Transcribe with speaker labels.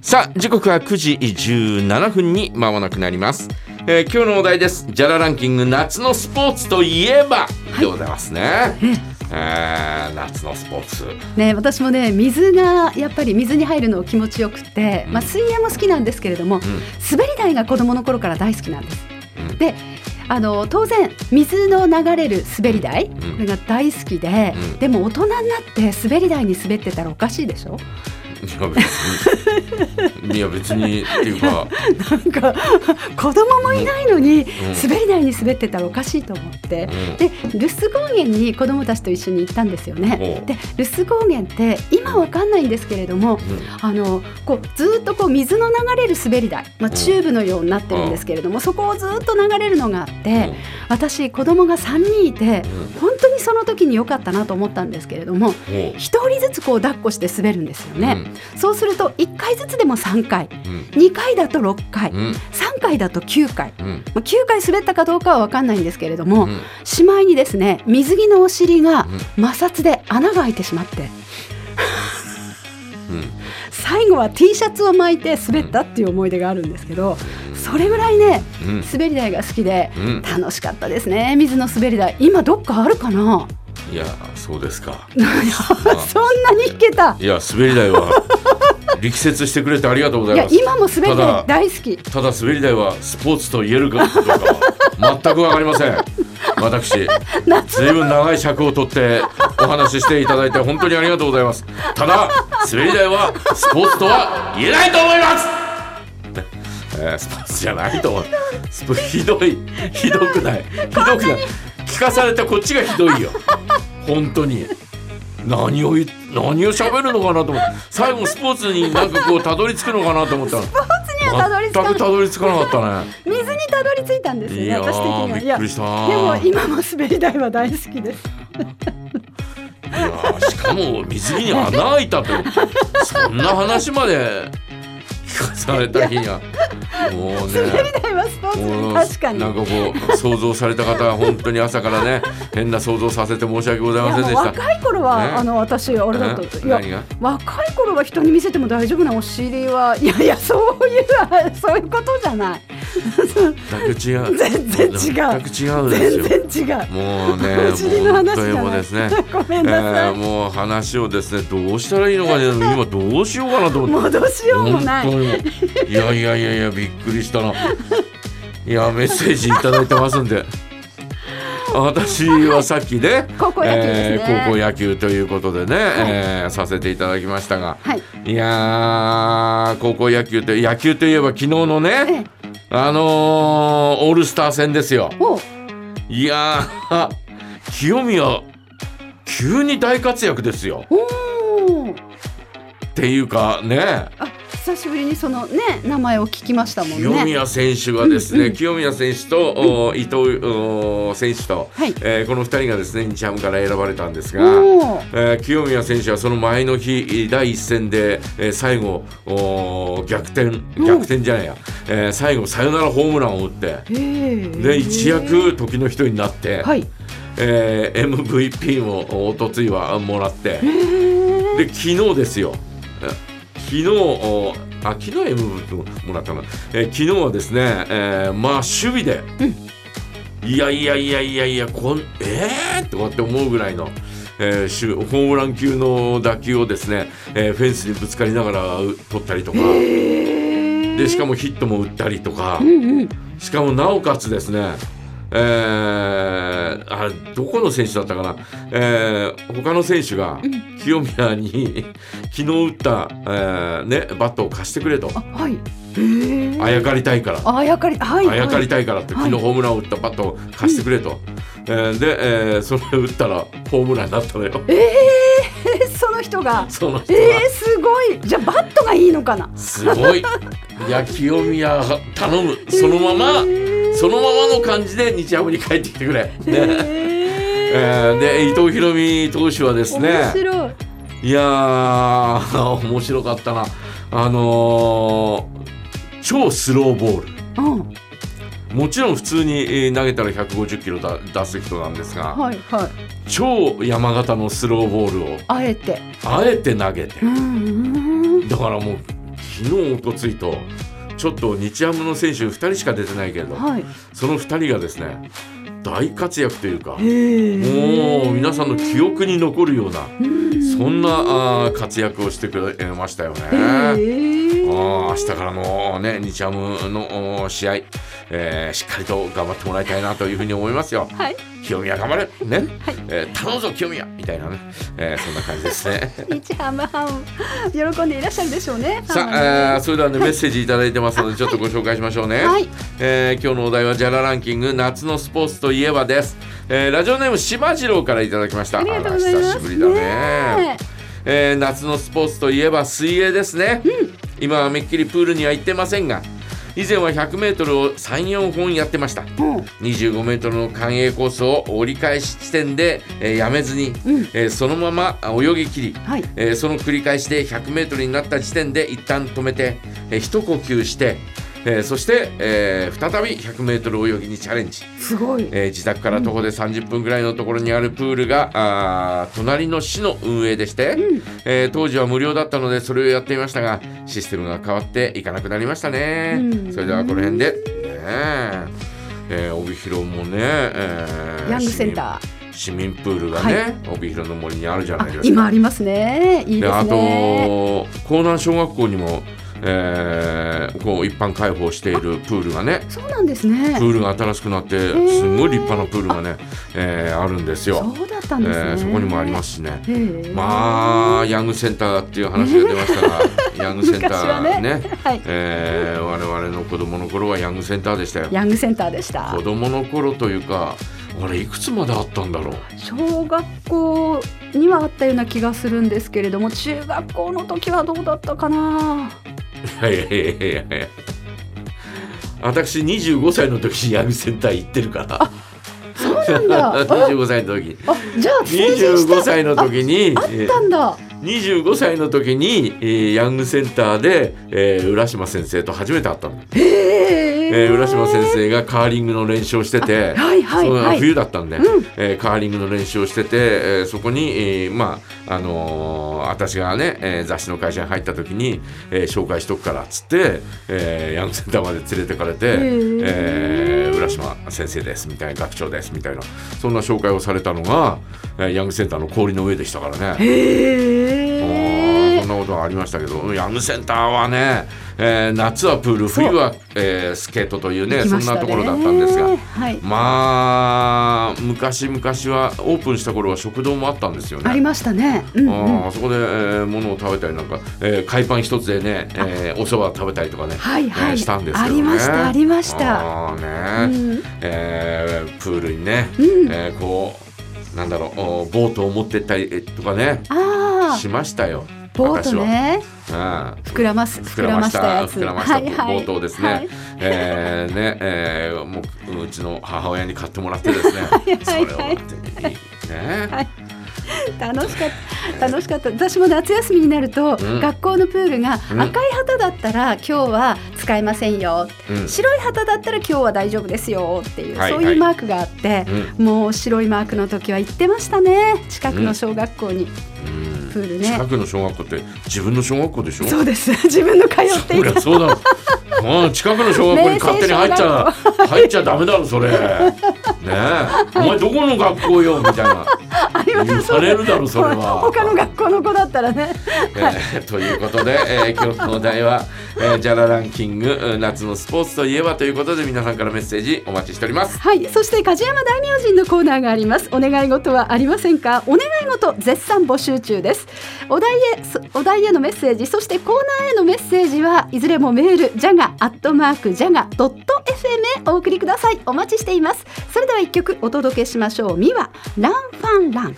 Speaker 1: さあ時刻は9時17分に間もなくなります、えー今日のお題ですジャラランキング夏のスポーツといえば、でございますね、えー夏のスポーツ
Speaker 2: ね、私もね水がやっぱり水に入るの気持ちよくて、まあ、水泳も好きなんですけれども、滑り台が子どもの頃から大好きなんです。
Speaker 1: うん
Speaker 2: であの当然水の流れる滑り台、
Speaker 1: ん
Speaker 2: これが大好きで、
Speaker 1: うん
Speaker 2: でも大人になって滑り台に滑ってたらおかしいでしょ
Speaker 1: いや別にいや別にっていうか
Speaker 2: なんか子供もいないのに
Speaker 1: ん
Speaker 2: 滑り台に滑ってたらおかしいと思って、でルス高原に子供たちと一緒に行ったんですよね
Speaker 1: おう。
Speaker 2: でルス高原って今わかんないんですけれど
Speaker 1: う
Speaker 2: も、
Speaker 1: ん
Speaker 2: あのこうずっとこう水の流れる滑り台、まあ、
Speaker 1: うん
Speaker 2: チューブのようになってるんですけれども、そこをずっと流れるのがあって、私子供が3人いて本当にその時に良かったなと思ったんですけれども
Speaker 1: うんうん
Speaker 2: 1人ずつこう抱っこして滑るんですよね、そうすると1回ずつでも3回
Speaker 1: うん
Speaker 2: 2回だと6回
Speaker 1: うん
Speaker 2: 3回だと9回、
Speaker 1: うん
Speaker 2: まあ、9回滑ったかどうかは分かんないんですけれど
Speaker 1: う
Speaker 2: も、
Speaker 1: ん
Speaker 2: しまいにですね水着のお尻が
Speaker 1: うん
Speaker 2: 摩擦で穴が開いてしまって。
Speaker 1: うん
Speaker 2: 最後は T シャツを巻いて滑ったっていう思い出があるんですけどそれぐらいね
Speaker 1: うん
Speaker 2: 滑り台が好きで
Speaker 1: うん
Speaker 2: 楽しかったですね水の滑り台今どっかあるかな
Speaker 1: いやそうですか
Speaker 2: そんなに引けた
Speaker 1: いや滑り台は力説してくれてありがとうござ
Speaker 2: い
Speaker 1: い
Speaker 2: や
Speaker 1: ます
Speaker 2: 今も滑り
Speaker 1: ただ
Speaker 2: 台大好き
Speaker 1: ただ滑り台はスポーツと言えるかどうかは全くわかりません私ずいぶん長い尺を取ってお話ししていただいて本当にありがとうございますただ滑り台はスポーツとは言えないと思います、 えースポーツじゃないと思うスポひどいひどくないひどくない聞かされたこっちがひどいよ本当に何を言っ何を喋るのかなと思って最後スポーツになんかこうたどり着くのかなと思ったら
Speaker 2: にはたどり着かない
Speaker 1: 全くたどり着かなかっ
Speaker 2: 水にたどり 着いたんで
Speaker 1: た
Speaker 2: す
Speaker 1: ね
Speaker 2: よ
Speaker 1: い
Speaker 2: ね
Speaker 1: や
Speaker 2: 私的には
Speaker 1: ー
Speaker 2: い
Speaker 1: びっ
Speaker 2: や
Speaker 1: くり
Speaker 2: で
Speaker 1: した
Speaker 2: も今も滑り台は大好きです
Speaker 1: いやーしかも水着に穴開いた とそんな話まで聞かされた日にはもう
Speaker 2: 滑り
Speaker 1: ね
Speaker 2: 台はスポーツ
Speaker 1: もう
Speaker 2: に確かに
Speaker 1: なんかこう想像された方は本当に朝からね変な想像させて申し訳ございません
Speaker 2: い
Speaker 1: で
Speaker 2: や
Speaker 1: した。
Speaker 2: 若い頃
Speaker 1: ね
Speaker 2: はあの私あれだった
Speaker 1: え
Speaker 2: いや
Speaker 1: 何が
Speaker 2: 若い頃は人に見せても大丈夫なお尻はいやいやそういうあそういうことじゃない
Speaker 1: 全く違う
Speaker 2: 全然違う
Speaker 1: 全く違うんですよ
Speaker 2: 全然違う
Speaker 1: もうね
Speaker 2: お尻の
Speaker 1: 本
Speaker 2: 話
Speaker 1: 当
Speaker 2: じゃ
Speaker 1: に
Speaker 2: ない
Speaker 1: もうですね
Speaker 2: ごめんなさい
Speaker 1: えーもう話をですねどうしたらいいのかね今どうしようかなと思って
Speaker 2: もうどうしようもない
Speaker 1: 本当にいやいやいやいやびっくりしたな。いやメッセージいただいてますん で。私はさっきね、
Speaker 2: 高校野球ですね
Speaker 1: えー高校野球ということでね、えーさせていただきましたが、
Speaker 2: はい
Speaker 1: いやー高校野球って野球といえば昨日のね、あのーオールスター戦ですよ。
Speaker 2: おう
Speaker 1: いやー清宮急に大活躍ですよ。
Speaker 2: おー
Speaker 1: っていうかね。
Speaker 2: あ久しぶりにそのね名前を聞きましたもん
Speaker 1: 清
Speaker 2: ね
Speaker 1: 宮選手がですね、清宮選手と、お伊藤お選手と、
Speaker 2: はい
Speaker 1: えーこの2人がですね日ハムから選ばれたんですが、
Speaker 2: おー
Speaker 1: えー清宮選手はその前の日第一戦で、えー最後お逆転逆転じゃないや、えー最後サヨナラホームランを打って
Speaker 2: へー
Speaker 1: で一躍時の人になって、
Speaker 2: はい
Speaker 1: えー MVP もおとついはもらってで昨日ですよえ昨日おあ昨日 MVP もらったな、えー昨日はですね、えーまあ守備で、いやいやいやいやいやこんえー、とかって思うぐらいの。えー、守ホームラン級の打球をですね、えーフェンスにぶつかりながらう取ったりとかでしかもヒットも打ったりとか、しかもなおかつですね、えーあれどこの選手だったかな、えー他の選手が清宮に 昨日打った、えーね、バットを貸してくれと
Speaker 2: あはい
Speaker 1: あやかりたいから。
Speaker 2: ああやかりはい
Speaker 1: あやかりたいからって、
Speaker 2: はい
Speaker 1: 昨日ホームランを打ったバットを貸してくれと、えーで、えーそれ打ったらホームランになったのよ
Speaker 2: ええその人が
Speaker 1: その人
Speaker 2: え
Speaker 1: が、
Speaker 2: えすごいじゃあバットがいいのかな
Speaker 1: すごいいや清宮頼むそのまま、
Speaker 2: え
Speaker 1: そのままの感じで日ハムに帰ってきてくれ、ね
Speaker 2: え
Speaker 1: えーで伊藤博美投手はです
Speaker 2: 面
Speaker 1: ね
Speaker 2: 白い
Speaker 1: いやー面白かったなあのー超スローボール
Speaker 2: うん
Speaker 1: もちろん普通にえー投げたら150キロだ出す人なんですが
Speaker 2: はいはい
Speaker 1: 超山形のスローボールを
Speaker 2: あえて
Speaker 1: あえて投げて
Speaker 2: うんうんうん
Speaker 1: だからもう昨日おとついとちょっと日ハムの選手2人しか出てないけれど、
Speaker 2: はい。
Speaker 1: その2人がですね大活躍というかも
Speaker 2: も
Speaker 1: う皆さんの記憶に残るようなそんなあー活躍をしてくれましたよね。あー明日からのね日ハムのおー試合、えーしっかりと頑張ってもらいたいなというふうに思いますよ。
Speaker 2: はい。
Speaker 1: 清宮頑張れね、えー頼むぞ清宮みたいなね、えーそんな感じです ね。
Speaker 2: 日ハムハン喜んでいらっしゃるでしょうね。
Speaker 1: さ
Speaker 2: ハ
Speaker 1: あ、えーそれではね、メッセージいただいてますので、ちょっとご紹介しましょうね。
Speaker 2: はい
Speaker 1: えー今日のお題は、ジャラランキング、夏のスポーツといえばです。えーラジオネーム、しばじろうからいただきました。
Speaker 2: ムありがとうございま
Speaker 1: あら
Speaker 2: す。
Speaker 1: 久しぶりだね。
Speaker 2: ね
Speaker 1: えー夏のスポーツといえば、水泳ですね。今はめっきりプールには行ってませんが、以前は100メートルを3、4本やってました。
Speaker 2: え。もう
Speaker 1: 25メートルの関泳コースを折り返し地点で、えーやめずに、
Speaker 2: うん
Speaker 1: えーそのまま泳ぎ切り、
Speaker 2: はい。
Speaker 1: えーその繰り返しで 100m になった時点で一旦止めて、えー一呼吸して、えーそして、えー再び 100m 泳ぎにチャレンジ、
Speaker 2: すごい。
Speaker 1: えー自宅から徒歩で30分ぐらいのところにあるプールがあー隣の市の運営でして、えー当時は無料だったのでそれをやっていましたがシステムが変わっていかなくなりましたね、
Speaker 2: うん
Speaker 1: それではこの辺で、ねええー帯広もね、えー
Speaker 2: ヤングセンタ
Speaker 1: 市民市民プールがね、
Speaker 2: はい
Speaker 1: 帯広の森にあるじゃ
Speaker 2: ー。あ
Speaker 1: ないですか。
Speaker 2: 今ありますね。いい
Speaker 1: で
Speaker 2: です
Speaker 1: あ
Speaker 2: ね。
Speaker 1: と江南小学校にも、えーこう一般開放しているプールがね
Speaker 2: そうなんですね
Speaker 1: プ。ールが新しくなって
Speaker 2: ー
Speaker 1: すごい立派なプールがね、えーあるんですよ
Speaker 2: そうだったんです
Speaker 1: えー
Speaker 2: ね。。
Speaker 1: そこにもありますすしね
Speaker 2: あ。
Speaker 1: まあヤングセンターっていう話が出ましたが ヤングセンタ
Speaker 2: 昔
Speaker 1: ー
Speaker 2: はね
Speaker 1: ね
Speaker 2: はい。
Speaker 1: えー我々の子供の頃はヤングセンターでしたよ
Speaker 2: ヤングセンターでした
Speaker 1: 子。供の頃というかあれいくつまであったんだろう
Speaker 2: 小学校にはあったような気がするんですけれども、中学校の時はどうだったかな。
Speaker 1: いやいやいやいやいや私25歳の時に闇センター行ってるから
Speaker 2: そうなんだ。あ、
Speaker 1: 25歳の時
Speaker 2: あじゃあ成人した。
Speaker 1: 25歳の時に
Speaker 2: あったんだ。
Speaker 1: えー25歳の時にえーヤングセンターで、えー浦島先生と初めて会ったの、
Speaker 2: へえ
Speaker 1: えー浦島先生がカーリングの練習をしてて、
Speaker 2: はいはい
Speaker 1: その
Speaker 2: はい。
Speaker 1: 冬だったんで、えーカーリングの練習をしてて、えーそこに、えーまああのー私がね、えー雑誌の会社に入った時に、えー紹介しとくからっつって、えーヤングセンターまで連れてかれて、
Speaker 2: ー
Speaker 1: えー浦島先生ですみたいな学長ですみたいなそんな紹介をされたのが、えーヤングセンターの氷の上でしたからね。
Speaker 2: へ
Speaker 1: あーそんなことがありましたけどヤングセンターはね、えー夏はプール冬は、えースケートというね
Speaker 2: 行き
Speaker 1: そ
Speaker 2: ま
Speaker 1: ん
Speaker 2: した
Speaker 1: な
Speaker 2: ね
Speaker 1: ところだったんですが
Speaker 2: はい。
Speaker 1: まあ昔々はオープンした頃は食堂もあったんですよ
Speaker 2: あり
Speaker 1: ね。
Speaker 2: ましたね。うんうん。
Speaker 1: ああそこで、えー、物を食べたりなんか、えー、海パン一つでね、えー、お蕎麦食べたりとかね、
Speaker 2: はいは
Speaker 1: えー
Speaker 2: い。
Speaker 1: したんです
Speaker 2: あ
Speaker 1: けどね。
Speaker 2: りましたありました。
Speaker 1: あ
Speaker 2: う
Speaker 1: ーね、
Speaker 2: ん。
Speaker 1: えープールにね、
Speaker 2: うん
Speaker 1: えーこうなんだろうおボートを持ってったりえーとかね
Speaker 2: ああ
Speaker 1: しましたよ。
Speaker 2: ボートね
Speaker 1: 私は。うん
Speaker 2: 膨らます
Speaker 1: 膨
Speaker 2: 膨
Speaker 1: ら
Speaker 2: ら
Speaker 1: ま
Speaker 2: ま
Speaker 1: し
Speaker 2: したた
Speaker 1: や
Speaker 2: や
Speaker 1: つ
Speaker 2: つ。
Speaker 1: 膨らました
Speaker 2: はいはい
Speaker 1: 冒頭ですね、
Speaker 2: はい
Speaker 1: えーね、えーもううちの母親に買ってもらってですね
Speaker 2: いはい
Speaker 1: それをやってね
Speaker 2: はい楽しかった楽しかった私も夏休みになると、
Speaker 1: うん
Speaker 2: 学校のプールが
Speaker 1: うん
Speaker 2: 赤い旗だったら今日は使えませんよ、
Speaker 1: うん
Speaker 2: 白い旗だったら今日は大丈夫ですよっていう、
Speaker 1: はい
Speaker 2: そういうマークがあって、もう白いマークの時は行ってましたね近くの小学校に、
Speaker 1: うん
Speaker 2: プールね
Speaker 1: 近くの小学校って自分の小学校でしょ
Speaker 2: そうです 自分の通ってい
Speaker 1: そり
Speaker 2: た
Speaker 1: ゃそうだろうん近くの小学校に勝手に入っちゃ入っちゃダメだろそれねえお前どこの学校よみたいな
Speaker 2: あります
Speaker 1: 言われるだろそれは
Speaker 2: 他の学校の子だったらね
Speaker 1: えー ということで、えー今日のお題は、えージャラランキングうん夏のスポーツといえばということで皆さんからメッセージお待ちしております
Speaker 2: はいそして梶山大名人のコーナーがありますお願い事はありませんかお願い事絶賛募集中ですお題へそお題へのメッセージそしてコーナーへのメッセージはいずれもメールジャガアットマークジャガドット FM へお送りくださいお待ちしていますそれでは一曲お届けしましょうミワランファンラン